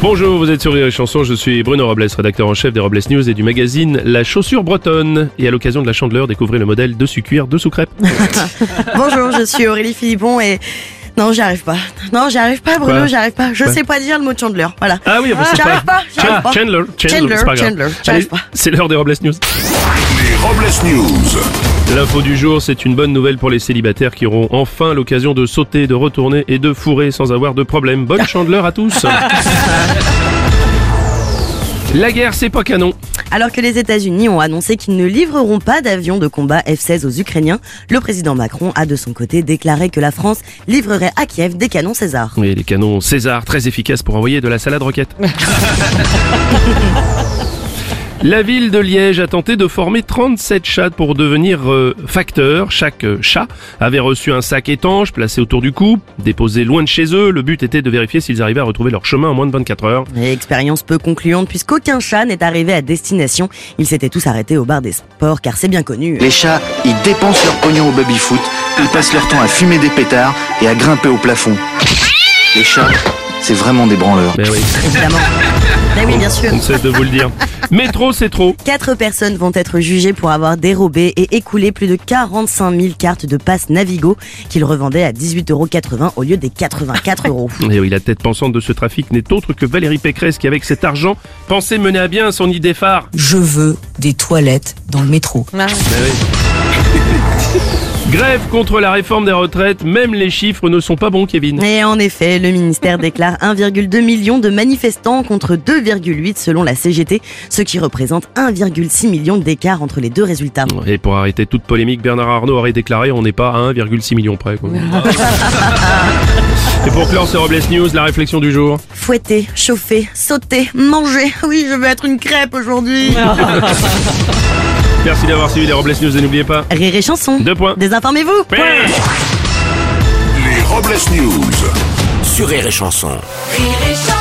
Bonjour, vous êtes sur Rire et Chanson, je suis Bruno Robles, rédacteur en chef des Robles News et du magazine La Chaussure Bretonne. Et à l'occasion de la chandeleur, découvrez le modèle dessus cuir, dessous crêpe. Bonjour, je suis Aurélie Philippon et. Non, j'y arrive pas. Non, j'y arrive pas, Bruno, Quoi j'y arrive pas. Je Quoi sais pas dire le mot Chandler. Voilà. Ah oui, ah bah, c'est j'y pas- arrive pas, j'y Chan- arrive pas. Chandler, Chandler, Chandler, c'est pas grave. Chandler, j'arrive Allez, pas. C'est l'heure des Robles News. Les Robles News. L'info du jour, c'est une bonne nouvelle pour les célibataires qui auront enfin l'occasion de sauter, de retourner et de fourrer sans avoir de problème. Bonne chandeleur à tous. La guerre, c'est pas canon. Alors que les États-Unis ont annoncé qu'ils ne livreront pas d'avions de combat F-16 aux Ukrainiens, le président Macron a de son côté déclaré que la France livrerait à Kiev des canons César. Oui, les canons César, très efficaces pour envoyer de la salade roquette. La ville de Liège a tenté de former 37 chats pour devenir euh, facteurs. Chaque euh, chat avait reçu un sac étanche placé autour du cou, déposé loin de chez eux. Le but était de vérifier s'ils arrivaient à retrouver leur chemin en moins de 24 heures. Et Expérience peu concluante puisqu'aucun chat n'est arrivé à destination. Ils s'étaient tous arrêtés au bar des sports car c'est bien connu. Les chats, ils dépensent leur pognon au baby-foot, ils passent leur temps à fumer des pétards et à grimper au plafond. Les chats, c'est vraiment des branleurs. Ben oui, Évidemment. Mais oui, bien sûr. on ne cesse de vous le dire. Métro, c'est trop. Quatre personnes vont être jugées pour avoir dérobé et écoulé plus de 45 000 cartes de passe Navigo qu'ils revendaient à 18,80€ au lieu des 84 euros. Et oui, la tête pensante de ce trafic n'est autre que Valérie Pécresse qui, avec cet argent, pensait mener à bien son idée phare. Je veux des toilettes dans le métro. Grève contre la réforme des retraites, même les chiffres ne sont pas bons, Kevin. Et en effet, le ministère déclare 1,2 million de manifestants contre 2,8 selon la CGT, ce qui représente 1,6 million d'écart entre les deux résultats. Et pour arrêter toute polémique, Bernard Arnault aurait déclaré on n'est pas à 1,6 million près. quoi. Et pour clore ce Robles News, la réflexion du jour. Fouetter, chauffer, sauter, manger. Oui, je veux être une crêpe aujourd'hui. Merci d'avoir suivi les Robles News et n'oubliez pas. Rire et chanson. Deux points. Désinformez-vous. Les Robles News. sur Rire et Chanson. Rire et chanson.